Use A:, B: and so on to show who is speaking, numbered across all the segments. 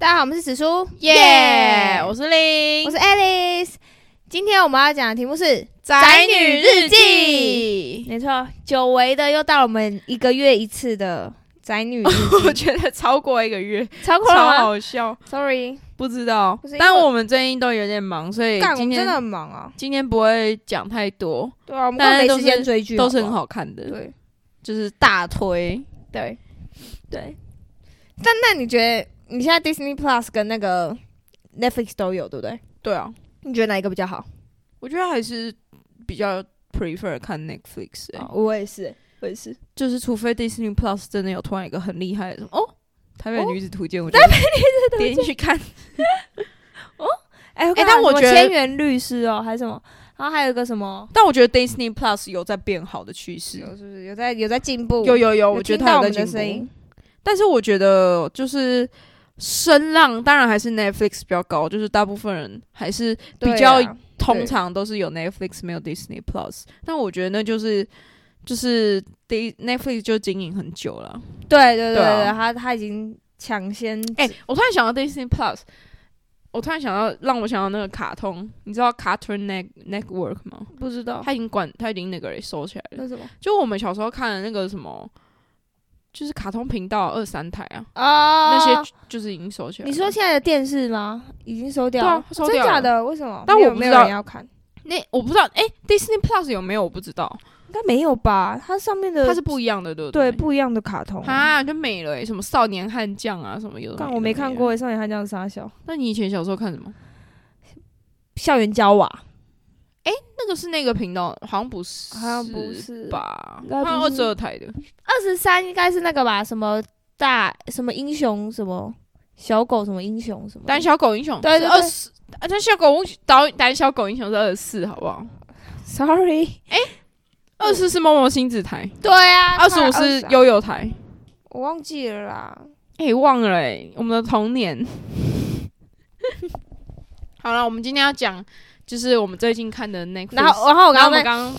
A: 家好，我们是紫苏，
B: 耶、
A: 耶
B: 我是林，
A: 我是 Alice。今天我们要讲的题目是，
B: 宅
A: 女日 记。没错，久违的又到了我们一个月一次的宅女
B: 我
A: 日记，
B: 觉得超过一个月，
A: 超过
B: 超
A: 了吗
B: 好笑，
A: ？Sorry，
B: 不知道
A: 不是因为。
B: 但我们最近都有点忙，所以
A: 干，我
B: 今
A: 们真的
B: 天
A: 很忙啊。
B: 今天不会讲太多，
A: 对啊，我们根
B: 但
A: 本
B: 是
A: 没
B: 都
A: 时
B: 是
A: 间追剧，
B: 都是
A: 不
B: 很。好看的，
A: 对
B: 就是大推。
A: 对
B: 对，
A: 但那你觉得你现在 Disney Plus 跟那个 Netflix 都有，对不对？
B: 对啊，
A: 你觉得哪一个比较好？
B: 我觉得还是比较 prefer 看 Netflix，、欸
A: 哦我也是，我也是。
B: 就是除非 Disney Plus 真的有突然一个很厉害的什么哦。台北
A: 哦
B: 女子图鉴，我觉得点进去看，
A: 哎、
B: 哎但我觉得
A: 千元律师哦，还是什么，然后还有一个什么，
B: 但我觉得 Disney Plus 有在变好的趋势，
A: 有是不是有在有在进步？
B: 有有有，
A: 有
B: 我觉得
A: 听
B: 他
A: 到
B: 有
A: 我
B: 在
A: 们的
B: 进
A: 声
B: 步
A: 音。，
B: 但是我觉得就是声浪，当然还是 Netflix 比较高，就是大部分人还是比
A: 对
B: 较
A: 啊
B: 通常都是有 Netflix 没有 Disney Plus。但我觉得那就是就是第 Netflix 就经营很久了。
A: 对对对
B: 对
A: 对，
B: 啊
A: 他他已经抢先
B: 哎、我突然想到 Disney Plus，我突然想到让我想到那个卡通，你知道 Cartoon Net Network 吗？
A: 不知道
B: 他已经管他已经那个人收起来了。
A: 那什么
B: 就我们小时候看的那个什么，就是卡通频道二三台啊。
A: 啊
B: 那些就是已经收起来了。
A: 你说现在的电视吗？已经收掉
B: 对啊
A: 了，
B: 收
A: 真
B: 掉
A: 假
B: 了
A: 的？为什么？
B: 但
A: 没
B: 我
A: 有
B: 不
A: 没
B: 知
A: 有人
B: 道
A: 要看，
B: 那我不知道，哎、d i s n e y Plus 有没有？我不知道，
A: 应该没有吧？它上面的
B: 它是不一样的，对不
A: 对
B: 呃对，
A: 不一样的卡通啊。
B: 啊，就没了、欸，什么少年悍将啊，什么有的
A: 但
B: 的
A: 我没看。过，上面还这样傻笑，
B: 那你以前小时候看什么？
A: 校园交往
B: 那个是那个频道，好像不是，
A: 好像不是
B: 吧
A: 应？该
B: 好
A: 不是
B: 像二十二台的，
A: 二十三应该是那个吧？什么大什么英雄什么小狗什么英雄什么的
B: 胆小狗英雄
A: 对对对
B: 二十。啊，胆小狗导胆小狗英雄是二十四，好不好？
A: ？Sorry，
B: 二十是某某星子台，
A: 对啊，
B: 二十五
A: 快
B: 是
A: 20啊
B: 悠悠台。
A: 我忘记了啦。
B: 哎、忘了哎、我们的童年。 好了，我们今天要讲就是我们最近看的那，
A: 然后然后我
B: 我
A: 刚刚
B: 刚刚刚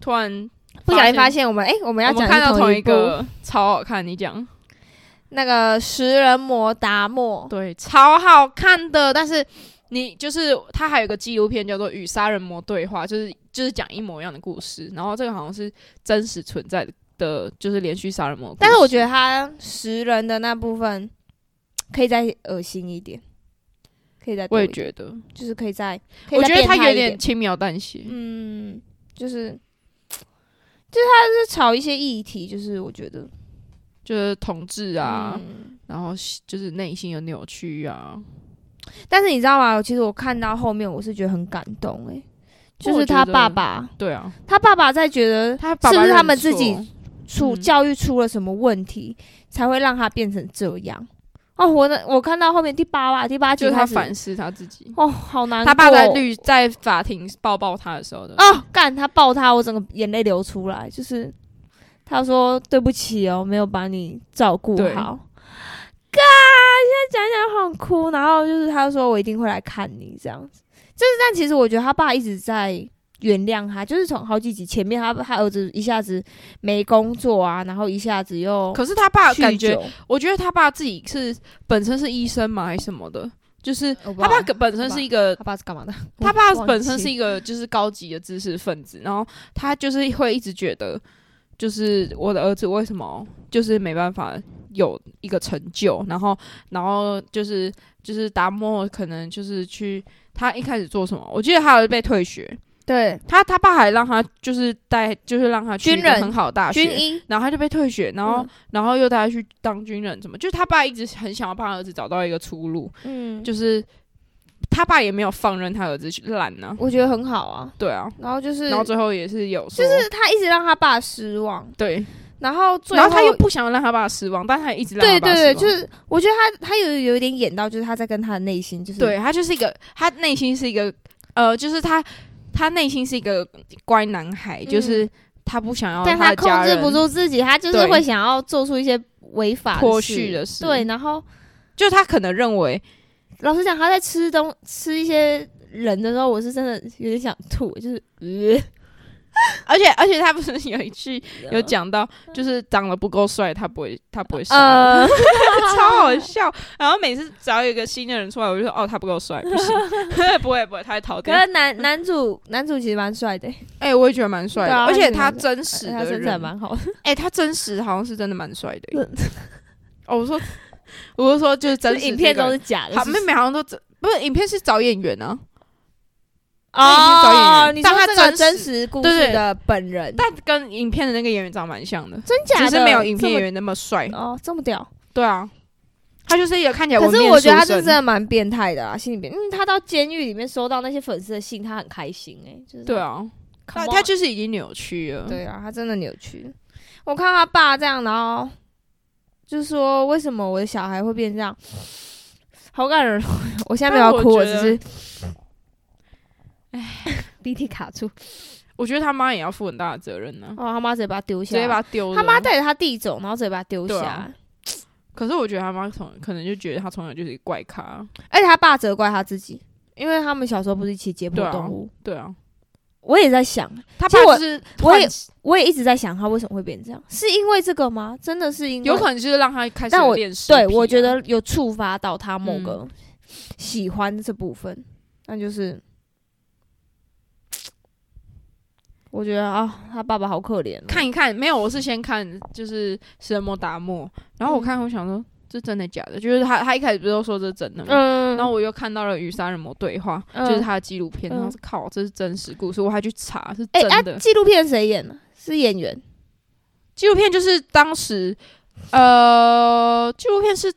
B: 突然
A: 不小心发
B: 发
A: 现我们哎，我们要
B: 我们
A: 讲
B: 看到同
A: 一
B: 一个超好看，你讲
A: 那个食人魔达莫，
B: 对，超好看的，但是。你就是它还有一个纪录片叫做《与杀人魔对话》，就是就是讲一模一样的故事，然后这个好像是真实存在的的，就是连续杀人魔的故事。
A: 但是我觉
B: 得
A: 得他食人的那部分可以再恶心一点，可以再多
B: 我
A: 一
B: 也
A: 点
B: 觉得，
A: 就是可以再，可以
B: 我
A: 再
B: 觉得
A: 变
B: 它
A: 态
B: 有
A: 一点
B: 点，轻描淡写。
A: 嗯，就是。就是他是炒一些议题，就是我觉得
B: 就是统治啊，
A: 嗯
B: 然后就是内心的扭曲啊，
A: 但是你知道吗？其实我看到后面，我是觉得很感动诶、就
B: 我
A: 是
B: 觉
A: 他
B: 得
A: 爸爸，
B: 对啊，
A: 他爸爸在觉得
B: 他爸爸
A: 是不是
B: 认
A: 他们自己出
B: 错嗯
A: 教育出了什么问题，才会让他变成这样？哦，我的我看到后面第八话，第八集
B: 就是他
A: 开始
B: 反思他自己，
A: 哦，好难过。
B: 他爸在律在法庭抱抱他的时候的，
A: 哦，干他抱他，我整个眼泪流出来，就是他说对不起哦，没有把你照顾
B: 对
A: 好。嘎，现在讲一讲好哭，然后就是他说我一定会来看你这样子，就是但其实我觉得他爸一直在原谅他，就是从好几集前面他他儿子一下子没工作啊，然后一下子又
B: 可是他爸
A: 酗
B: 感觉
A: 酒，
B: 我觉得他爸自己是本身是医生嘛还是什么的，就是
A: 我不知
B: 他
A: 道
B: 爸本身是一个
A: 他爸是干嘛的？
B: 他爸
A: 忘
B: 本身
A: 记
B: 是一个就是高级的知识分子，然后他就是会一直觉得，就是我的儿子为什么就是没办法有一个成就，然后然后就是就是达摩可能就是去他一开始做什么，我记得他有被退学，
A: 对
B: 他他爸还让他就是带就是让他去一
A: 军
B: 个
A: 人
B: 很好的大学，
A: 军医，
B: 然后他就被退学，然后、
A: 嗯
B: 然后又带他去当军人，怎么就是他爸一直很想要帮儿子找到一个出路，
A: 嗯，就
B: 就是他爸也没有放任他儿子去烂呢、
A: 我觉得很好啊。
B: 对啊，
A: 然后就是，
B: 然后最后也是有说，
A: 就是他一直让他爸失望，
B: 对，
A: 然后最
B: 然
A: 后
B: 后他又不想让他爸失望，但他一直让
A: 对
B: 他爸
A: 对
B: 失望。
A: 对，就是我觉得他他有有一点演到，就是他在跟他的内心，就是
B: 对他就是一个，他内心是一个，呃，就是他他内心是一个乖男孩，
A: 嗯
B: 就是他不想要
A: 但
B: 他
A: 他
B: 的
A: 控
B: 家
A: 制
B: 人
A: 不住自己，他就是
B: 对
A: 会想要做出一些违法的
B: 脱
A: 事
B: 序的事，
A: 对，，然后
B: 就他可能认为
A: 老实讲，他在吃东吃一些人的时候，我是真的有点想吐，就是呃，
B: 而且而且他不是有一 句 有讲到，就是长得不够帅，他不会他不会杀人，
A: 呃，
B: 超好笑。然后每次只要有一个新的人出来，我就说哦，他不够帅，不行， 不会不会，他会逃 掉
A: 可。是男男主男主其实蛮帅的、
B: 哎、我也觉得蛮帅的，
A: 对啊
B: 而且
A: 他
B: 他
A: 是
B: 真实
A: 他
B: 的
A: 身材
B: 人
A: 蛮好的。
B: 哎、他真实好像是真的蛮帅的、
A: 那
B: 哦，我说，我是说，就是真 实
A: 影片
B: 这个
A: 都
B: 人
A: 是假的，
B: 好，
A: 是
B: 妹妹好像都真不是影片是找演员啊，
A: 哦，
B: 影片
A: 你
B: 找
A: 说这个
B: 演员但他真
A: 真实故
B: 对对
A: 事的本人，
B: 但跟影片的那个演员长蛮像的，
A: 真假
B: 只
A: 的
B: 是没有影片演
A: 这
B: 员那么帅。
A: 么哦这么屌。
B: 对啊，他就是一个看起来
A: 可
B: 文
A: 是
B: 面
A: 我觉得他
B: 哎书
A: 是
B: 生
A: 真的蛮变态的啦，心里边，嗯，他到监狱里面收到那些粉丝的信，他很开心哎、就是
B: 对啊，
A: come
B: 他
A: on，
B: 他就是已经扭曲了。
A: 对啊，他真的扭曲。我看他爸这样，然后就说为什么我的小孩会变这样，好感人哦。我现在没有要哭，
B: 但我
A: 我
B: 觉
A: 只
B: 得
A: 是，唉，鼻涕卡住。
B: 我觉得他妈也要负很大的责任呢、
A: 哦，他妈直接把他丢
B: 直
A: 下，
B: 接把他丢了。
A: 他妈带着他弟走，然后直接把他丢
B: 对啊
A: 下。
B: 可是我觉得他妈从可能就觉得他从小就是一个怪咖。啊
A: 而且他爸责怪他自己，因为他们小时候不是一起解
B: 对
A: 剖
B: 啊
A: 动物。
B: 对啊，
A: 我也在想，
B: 他
A: 其实
B: 爸
A: 我
B: 就是
A: 我也
B: 幻
A: 我也一直在想他为什么会变这样，是因为这个吗？真的是因为
B: 有可能就是让他开始
A: 但我
B: 练尸
A: 对
B: 癖
A: 我
B: 啊嗯
A: 觉得有触发到他某个喜欢这部分，那就是。我觉得啊，他爸爸好可怜、哦。
B: 看一看，没有，我是先看就是食人魔达摩，然后我看我想说这真的假的，就是他他一开始不是都说这是真的吗？
A: 嗯，
B: 然后我又看到了与杀人魔对话，
A: 嗯
B: 就是他的纪录片，
A: 嗯
B: 然后是靠这是真实故事，我还去查是
A: 哎、
B: 真
A: 啊，
B: 的。
A: 纪录片谁演的？是演员
B: 纪录片就是当时，呃，纪录片是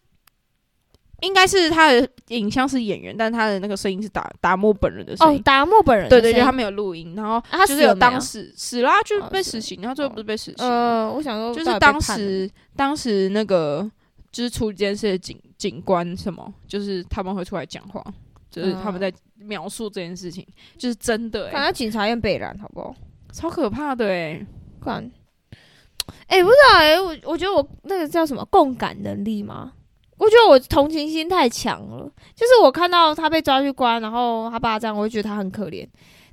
B: 应该是他的影像是演员，但他的那个声音是达达摩本人的声
A: 哦
B: 音，。
A: 达莫本人的
B: 对
A: 声
B: 对
A: 音。
B: 对，他没有录音，然后
A: 啊他
B: 就
A: 死
B: 是
A: 了
B: 有
A: 没
B: 当
A: 啊
B: 时死了啊，哦就
A: 哦
B: 被
A: 死
B: 死刑，他最后不是被死刑吗。
A: 呃，我想说到
B: 就是
A: 底被判
B: 当
A: 了
B: 时当时那个就是处理这件事的警警官什么，就是他们会出来讲话，就是他们
A: 嗯
B: 在描述这件事情，就是真的、
A: 反
B: 欸，
A: 正警察院北兰好不好？
B: 超可怕的、欸，
A: 干，哎、不知道哎、我我觉得我那个叫什么共感能力吗？我觉得我同情心太强了，就是我看到他被抓去关，然后他爸这样，我就觉得他很可怜。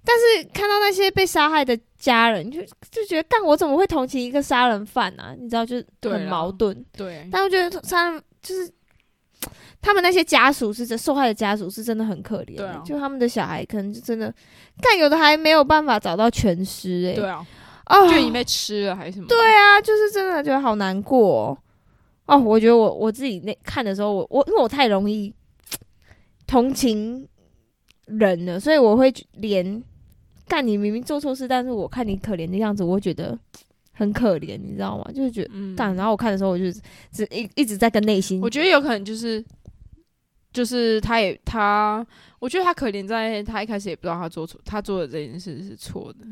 A: 但是看到那些被杀害的家人，就就觉得干，我怎么会同情一个杀人犯啊？你知道，就是
B: 对
A: 很
B: 啦嗯
A: 矛盾。
B: 对，
A: 但我觉得杀人就是他们那些家属是真受害的家属是真的很可怜、欸
B: 对啊
A: 就他们的小孩可能就真的，但有的还没有办法找到全尸哎、
B: 对啊，
A: 哦，
B: 就已经被吃了还是什么？
A: 对啊，就是真的觉得好难过哦。哦我觉得我我自己那看的时候，我我因为我太容易同情人了，所以我会连干你明明做错事，但是我看你可怜的样子，我会觉得很可怜，你知道吗？就是觉得
B: 嗯，
A: 干。然后我看的时候，我就只一一直在跟内心，
B: 我觉得有可能就是。就是他也他，我觉得他可怜在他一开始也不知道他做错，他做的这件事是错的。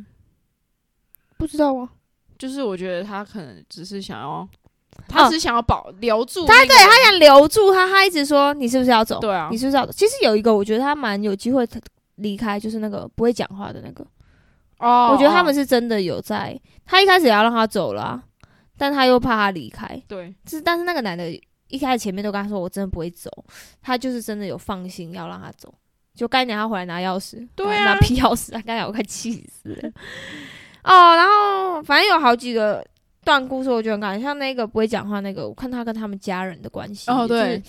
A: 不知道
B: 啊
A: 吗？
B: 就是我觉得他可能只是想要，他只是想要保、留住
A: 哦他
B: 那个
A: 对他想留住他，他一直说你是不是要走？
B: 对啊
A: 你，是不是要走？其实有一个，我觉得他蛮有机会离开，就是那个不会讲话的那个。
B: 哦
A: 我觉得他们
B: 哦
A: 是真的有在，他一开始也要让他走了啊、但他又怕他离开。
B: 对
A: 是，但是那个男的一开始前面都跟他说我真的不会走，他就是真的有放心要让他走。就该年他回来拿钥匙，
B: 对
A: 拿
B: 啊
A: 拿皮钥匙，他刚才我快气死 了。哦，然后反正有好几个段故事，我觉得很感人，像那个不会讲话那个，我看他跟他们家人的关系，
B: 哦对，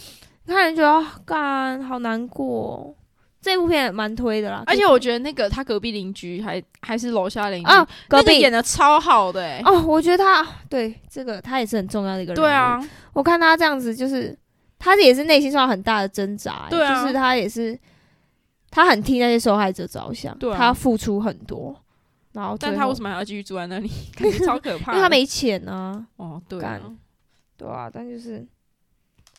A: 看人觉得啊干、好难过、哦。这部片也蛮推的啦，
B: 啊而且我觉得那个他隔壁邻居还还是楼下邻居，
A: 啊，
B: 那
A: 隔
B: 个
A: 壁
B: 演的超好的哎、
A: 哦，我觉得他对这个他也是很重要的一个人。
B: 对，啊，
A: 我看他这样子，就是他也是内心受到很大的挣扎、欸
B: 对啊
A: 就是他也是他很替那些受害者着想，
B: 对啊
A: 他付出很多，然后
B: 但
A: 最
B: 他
A: 后
B: 为什么还要继续住在那里？ 感觉超可 怕
A: 因
B: 的。
A: 为他没钱啊，
B: 哦，对啊、
A: 干对啊，但就是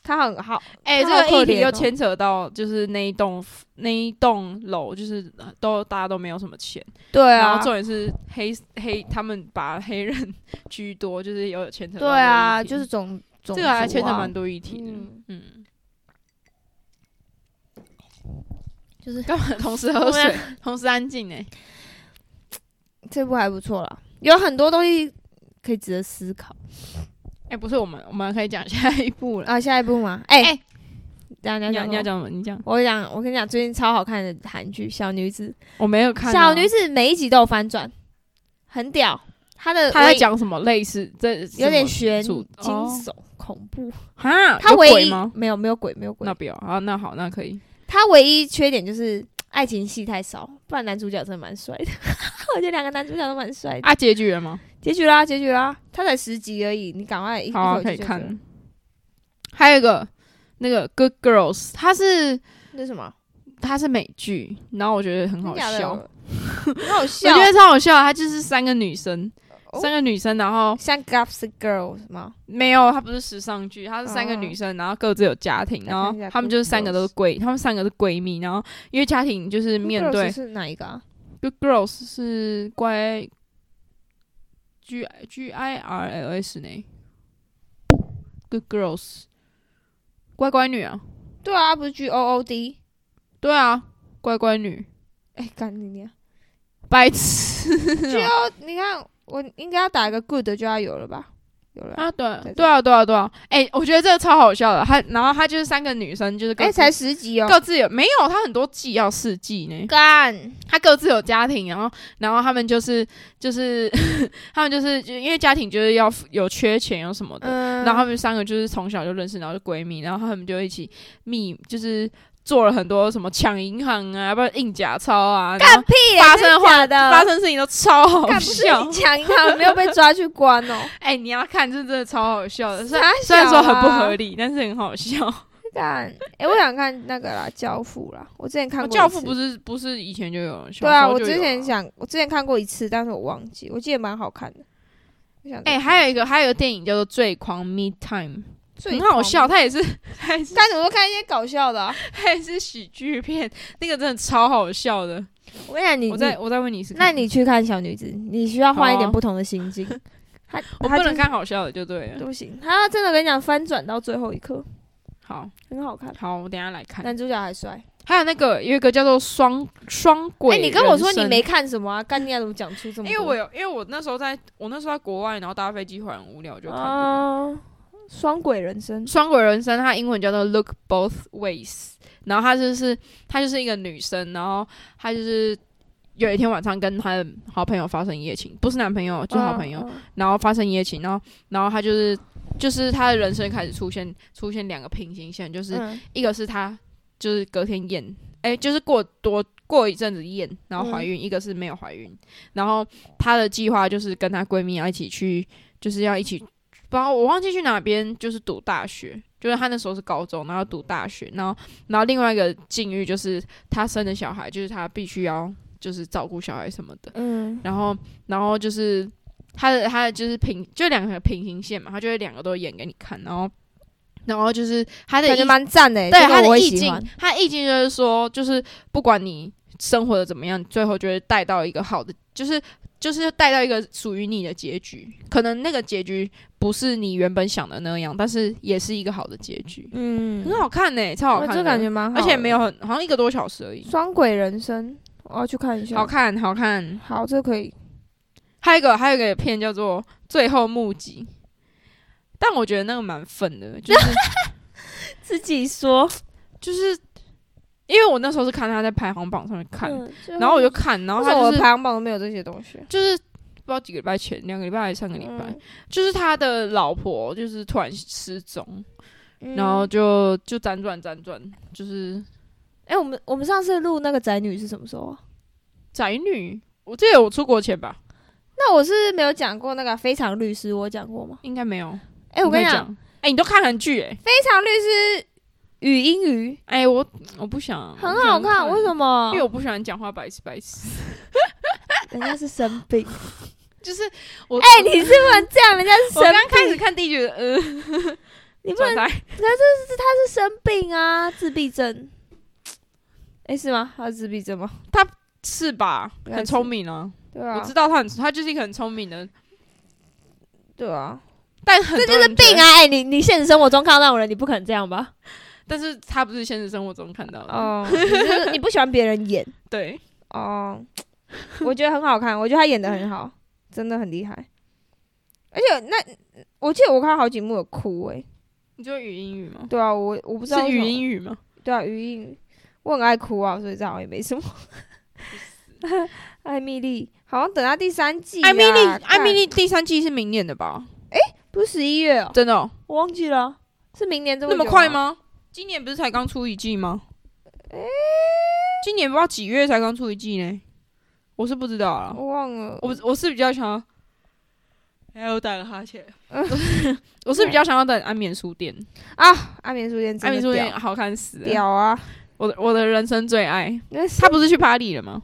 A: 他很好，
B: 哎、
A: 他好
B: 这个
A: 可
B: 议题
A: 怜
B: 又
A: 哦
B: 牵扯到就是那一栋那一栋楼，就是呃都大家都没有什么钱，
A: 对
B: 然
A: 啊
B: 后，重点是黑黑他们把黑人居多，就是有牵扯到
A: 对
B: 这个
A: 啊，
B: 议题
A: 就是种种、啊
B: 这个还牵扯蛮，多议题的。
A: 嗯
B: 嗯，
A: 就是
B: 干嘛同时喝
A: 我们
B: 水，同时安静哎、
A: 这部还不错啦，有很多东西可以值得思考
B: 哎、不是我们，我们可以讲下一步了。
A: 啊。下一部吗？哎、
B: 哎
A: 等一下你
B: 你要
A: 讲
B: 你
A: 什么
B: 要讲什么？你讲，
A: 我跟你讲，我跟你讲，最近超好看的韩剧《小女子
B: 我没有》，看、啊
A: 小女子每一集都有翻转，很屌。他的
B: 他在
A: 唯
B: 讲什么类似这
A: 有点悬
B: 主
A: 惊
B: 哦
A: 悚、恐怖，
B: 哈，
A: 他
B: 有
A: 唯
B: 鬼
A: 一
B: 吗？
A: 没有没有鬼没有鬼
B: 那，不要啊，那好，那可以。
A: 他唯一缺点就是爱情戏太少，不然男主角真的蛮帅的。 我觉得两个男主角都蛮帅的。
B: 啊，结局了吗？
A: 结局啦，结局啦，他才十集而已，你赶快一
B: 好啊、
A: 一口
B: 可以
A: 气就觉得
B: 看。还有一个那个 Good Girls，它是
A: 那是什么？
B: 它是美剧，然后我觉得很好
A: 真假的
B: 笑，
A: 很好
B: 我
A: 笑。
B: 觉得超好笑。它就是三个女生，
A: 哦
B: 三个女生，然后
A: 像 Gossip Girl 是吗？
B: 没有，它不是时尚剧，它是三个
A: 哦
B: 女生，然后各自有家庭，
A: 来
B: 然
A: 看
B: 后
A: 一下
B: 她们就是
A: Good
B: 三个都是闺，她们三个是闺蜜，然后因为家庭就是面
A: Good Girls
B: 对
A: 是哪一个啊？
B: Good Girls 是乖 G G I R L S 呢，Good Girls 乖乖女啊，
A: 对啊，不是 G O O D。
B: 对啊，乖乖女，
A: 哎，干你娘！
B: 白痴
A: 哦，你看我应该要打一个 good 就要有了吧？有了吧。
B: 啊！对
A: 对
B: 对啊，对啊，对啊！哎、我觉得这个超好笑的。她，然后她就是三个女生，就是各
A: 哎、
B: 自、
A: 才十集哦。
B: 各自有没有？她很多季要四季呢。
A: 干，
B: 她各自有家庭，然后然后他们就是就是 他们就是就因为家庭就是要有缺钱有什么的，
A: 嗯，
B: 然后他们三个就是从小就认识，然后就闺蜜，然后他们就一起密，就是做了很多什么抢银行啊，不然印假钞啊，然后
A: 屁嘞
B: 发生
A: 真的假的，
B: 发生事情都超好
A: 干不 是
B: 笑
A: 你。抢银行没有被抓去关哦？
B: 哎、你要看，这真的超好笑 的，虽
A: 傻
B: 然
A: 小
B: 虽然说很不
A: 啊
B: 合理，但是很好笑。
A: 干，哎、我想看那个啦，《教父》啦，我之前看过一次。
B: 哦教父不是不是以前就有了，小
A: 对啊，
B: 时候
A: 我
B: 就有
A: 之前
B: 了。
A: 想，我之前看过一次，但是我忘记，我记得蛮好看的。我想
B: 哎、
A: 再看
B: 还有一个，还有一个电影叫做《最狂 Me Time》，
A: 最
B: 很好笑，
A: 狂，
B: 它也是，它也是，
A: 看什么都看一些搞笑的啊、
B: 它也是喜剧片，那个真的超好笑的。
A: 我跟你讲，你
B: 我再我再问你是
A: 你
B: 看，
A: 那你去看《小女子》，你需要换一
B: 好
A: 点
B: 啊
A: 不同的心 境。他
B: 我
A: 他
B: 不
A: 就是
B: 能看好笑的就对了。
A: 不行，他真的跟你讲翻转到最后一刻，
B: 好
A: 很好看，
B: 好，我等一下来看。
A: 男主角还帅。
B: 还有那个有一个叫做双双轨
A: 哎、
B: 人生，
A: 你跟我说你没看什么啊？干你要怎么讲出这么
B: 因
A: 多？
B: 为我有，因为我那时候在，我那时候在国外，然后搭飞机回来很无聊，我就看这个。
A: 啊，双轨人生
B: 双轨人生，它英文叫做 Look Both Ways，然后她就是她就是一个女生，然后她就是有一天晚上跟她的好朋友发生一夜情，不是男朋友，就是好朋友，
A: 嗯
B: 然后发生一夜情，然后然后她就是就是她的人生开始出现出现两个平行线，就是
A: 嗯
B: 一个是她就是隔天验，哎、就是过多过一阵子验，然后怀孕；一个是没有怀孕。然后她的计划就是跟她闺蜜要一起去，就是要一起，不知道我忘记去哪边，就是读大学。就是她那时候是高中，然后读大学，然后然后另外一个境遇就是她生的小孩，就是她必须要就是照顾小孩什么的。
A: 嗯
B: 然后然后就是他的他的就是平就两个平行线嘛，他就会两个都演给你看，然后然后就是他的
A: 感觉
B: 意
A: 蛮赞的欸，
B: 对
A: 这个
B: 他
A: 我
B: 的
A: 会
B: 意
A: 喜
B: 境
A: 欢，
B: 他的意境就是说，就是不管你生活的怎么样，最后就会带到一个好的，就是就是带到一个属于你的结局，可能那个结局不是你原本想的那样，但是也是一个好的结局，
A: 嗯
B: 很好看呢、超
A: 我
B: 好看
A: 这
B: 的，
A: 感觉蛮好
B: 而
A: 的，
B: 且没有很好像一个多小时而已，
A: 双轨人生，我要去看一下。
B: 好，看好看。
A: 好，这可以。
B: 还有一个还有一个片叫做《最后募集》，但我觉得那个蛮粉的，就是
A: 自己说，
B: 就是因为我那时候是看他在排行榜上面看，
A: 嗯
B: 然后我就看，然后
A: 为什
B: 他
A: 么我
B: 就
A: 的
B: 是
A: 排行榜都没有这些东西？嗯
B: 就是不知道几个礼拜前，两个礼拜还是三个礼拜，就是他的老婆就是突然失踪，
A: 嗯
B: 然后，就就辗转辗转，就是
A: 哎，我们我们上次录那个宅女是什么时候啊？
B: 宅女。我记得我出国前吧，
A: 那我是没有讲过那个《非常律师》，我讲过吗？
B: 应该没有。，
A: 哎，我跟你讲，《
B: 哎、你都看韩剧哎，
A: 非常律师》语音语
B: 哎、我我不想，
A: 很
B: 我不想
A: 好看，为什么
B: 因为？我不喜欢讲话白痴白痴，
A: 人家是生病。
B: 就是我
A: 哎、 你是不能这样，人家是
B: 我
A: 生，
B: 刚开始看第一觉得，呃，
A: 你不能
B: 状态
A: 他是生病啊，自闭症。哎、是吗？他是自闭症吗？
B: 是吧？
A: 应该
B: 很聪明啊，
A: 对
B: 我
A: 啊
B: 知，道他很，他就是一个很聪明的，
A: 对啊，
B: 但很
A: 这
B: 多
A: 就是
B: 人觉得
A: 病啊！哎、你你现实生活中看到那种人，你不可能这样吧？
B: 但是他不是现实生活中看到的，
A: 哦，你就是你不喜欢别人演
B: 对，
A: 哦，我觉得很好看，我觉得他演的很好，真的很厉害。而且那我记得我看好几幕有哭哎、
B: 你就语音语吗？
A: 对啊，我我不知道
B: 是
A: 为什
B: 语
A: 么
B: 音语吗？
A: 对啊，余 音，我很爱哭啊，所以这好像也没什么。艾米丽，好像等到第三季啦。啊
B: 艾米丽，艾
A: 看
B: 米丽第三季是明年的吧？
A: 不是十一月哦，
B: 真的、哦、
A: 我忘记了，是明年这么
B: 那么
A: 久
B: 快？吗？呃今年不是才刚出一季吗？今年不知道几月才刚出一季呢？我是不知道啊，
A: 我忘了，
B: 我我是比较想要，还有哎打个哈欠， 我是比较想要等安眠书店，
A: 啊，安眠书店真的屌，
B: 安眠书店好看死了，
A: 屌啊！
B: 我的我的人生最爱。
A: 那是
B: 他不是去巴黎了吗？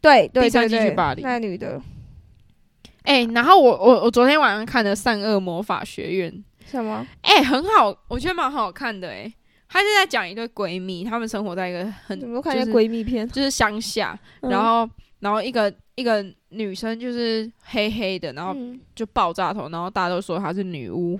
A: 对对
B: 第三
A: 对
B: 季去
A: 对，
B: 巴黎
A: 那女的
B: 哎、然后我我我昨天晚上看的《善恶魔法学院》，
A: 什么？
B: 哎、很好，我觉得蛮好看的哎、她是在讲一对闺蜜，她们生活在一个很
A: 怎么都看
B: 嗯就
A: 见
B: 是
A: 闺蜜片？
B: 就是乡下，
A: 嗯
B: 然后然后一个一个女生就是黑黑的，然后
A: 嗯
B: 就爆炸头，然后大家都说她是女巫，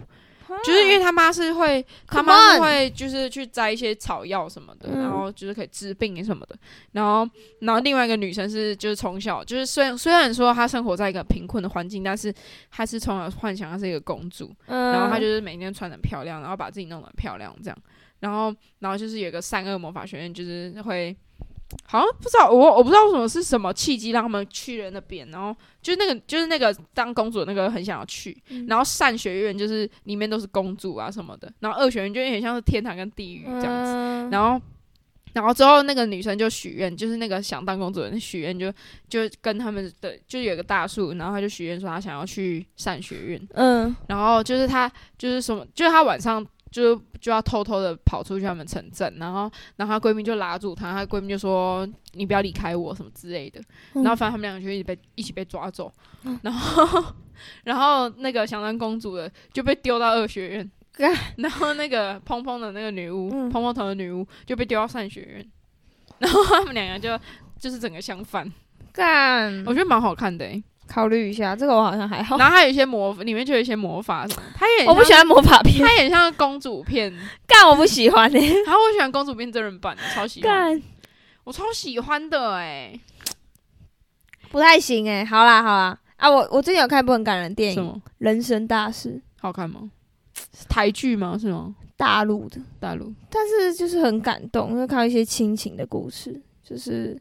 B: 就是因为她妈是会，她
A: Come
B: 妈是
A: on
B: 会就是去摘一些草药什么的，
A: 嗯
B: 然后就是可以治病什么的，然后然后另外一个女生是就是从小就是虽然虽然说她生活在一个贫困的环境，但是她是从小幻想她是一个公主，
A: 嗯
B: 然后她就是每天穿的漂亮，然后把自己弄得很漂亮这样，然后然后就是有一个善恶魔法学院，就是会好像不知道我我不知道为什么是什么契机让他们去了那边，然后就是那个就是那个当公主的那个很想要去，然后善学院就是里面都是公主啊什么的，然后恶学院就有点像是天堂跟地狱这样子，
A: 子
B: 然后。然后之后，那个女生就许愿，就是那个想当公主的人许愿就，就跟他们的就有一个大树，然后她就许愿说她想要去善学院，
A: 嗯
B: 然后就是他就是什么，就是他晚上就就要偷偷的跑出去他们城镇，然后然后她闺蜜就拉住她，她闺蜜就说你不要离开我什么之类的，
A: 嗯
B: 然后反正他们两个就一起被一起被抓走，然后然后那个想当公主的就被丢到二学 院
A: 干，
B: 然后那个砰砰的那个女巫，
A: 嗯
B: 砰砰头的女巫就被丢到善学院， 然后他们两个就就是整个相反，
A: 嗯干，
B: 我觉得蛮好看的、欸。
A: 考虑一下，这个我好像还好，
B: 然后还有一些魔，里面就有一些魔法什么，它也
A: 哦 我不喜欢魔法片，
B: 它也很像公 主片，
A: 干我不喜欢呢，
B: 然后我喜欢欸公主片真人版，我超喜欢，
A: 干
B: 我超喜欢的哎、
A: 不太行哎，好啦好啦。啊，我我最近有看一部很感人的电
B: 什
A: 影《
B: 么
A: 人生大事
B: 好看吗？台剧吗？是吗？》，
A: 大陆的，
B: 大 陆
A: 但是就是很感动，因为看到一些亲情的故事，就是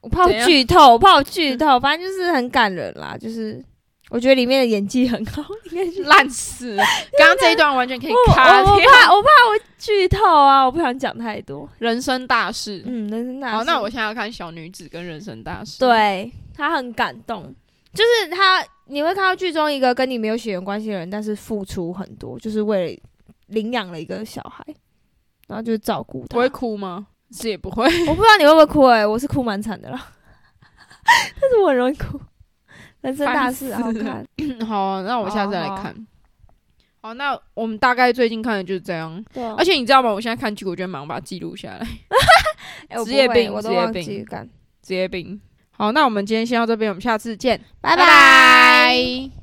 A: 我怕我
B: 怎样
A: 剧透，我怕我剧透，反正就是很感人啦，就是我觉得里面的演技很好，应该是
B: 烂死了！刚刚这一段完全可以
A: 我我
B: 卡
A: 哦我
B: 掉。
A: 怕我怕我剧透啊，我不想讲太多。
B: 人生大事，
A: 嗯，人生大事。
B: 好，那我现在要看《小女子》跟《人生大事》。，
A: 对他很感动，就是他你会看到剧中一个跟你没有血缘关系的人，但是付出很多，就是为了领养了一个小孩，然后就是照顾他。
B: 不会哭吗？是也不会。
A: 我不知道你会不会哭哎、我是哭蛮惨的 啦，但是我很容易哭。人生大事好
B: 烦死了
A: 看，
B: 好啊、那我下次再来
A: 好好
B: 看。好，那我们大概最近看的就是这样。
A: 对啊
B: 而，且你知道吗？我现在看剧，我觉得忙把它记录下来。
A: 哎我不
B: 职业
A: 会
B: 病
A: 我都
B: 职业
A: 忘
B: 病
A: 记干。
B: 职业病。好，那我们今天先到这边，我们下次见，
A: 拜
B: 拜拜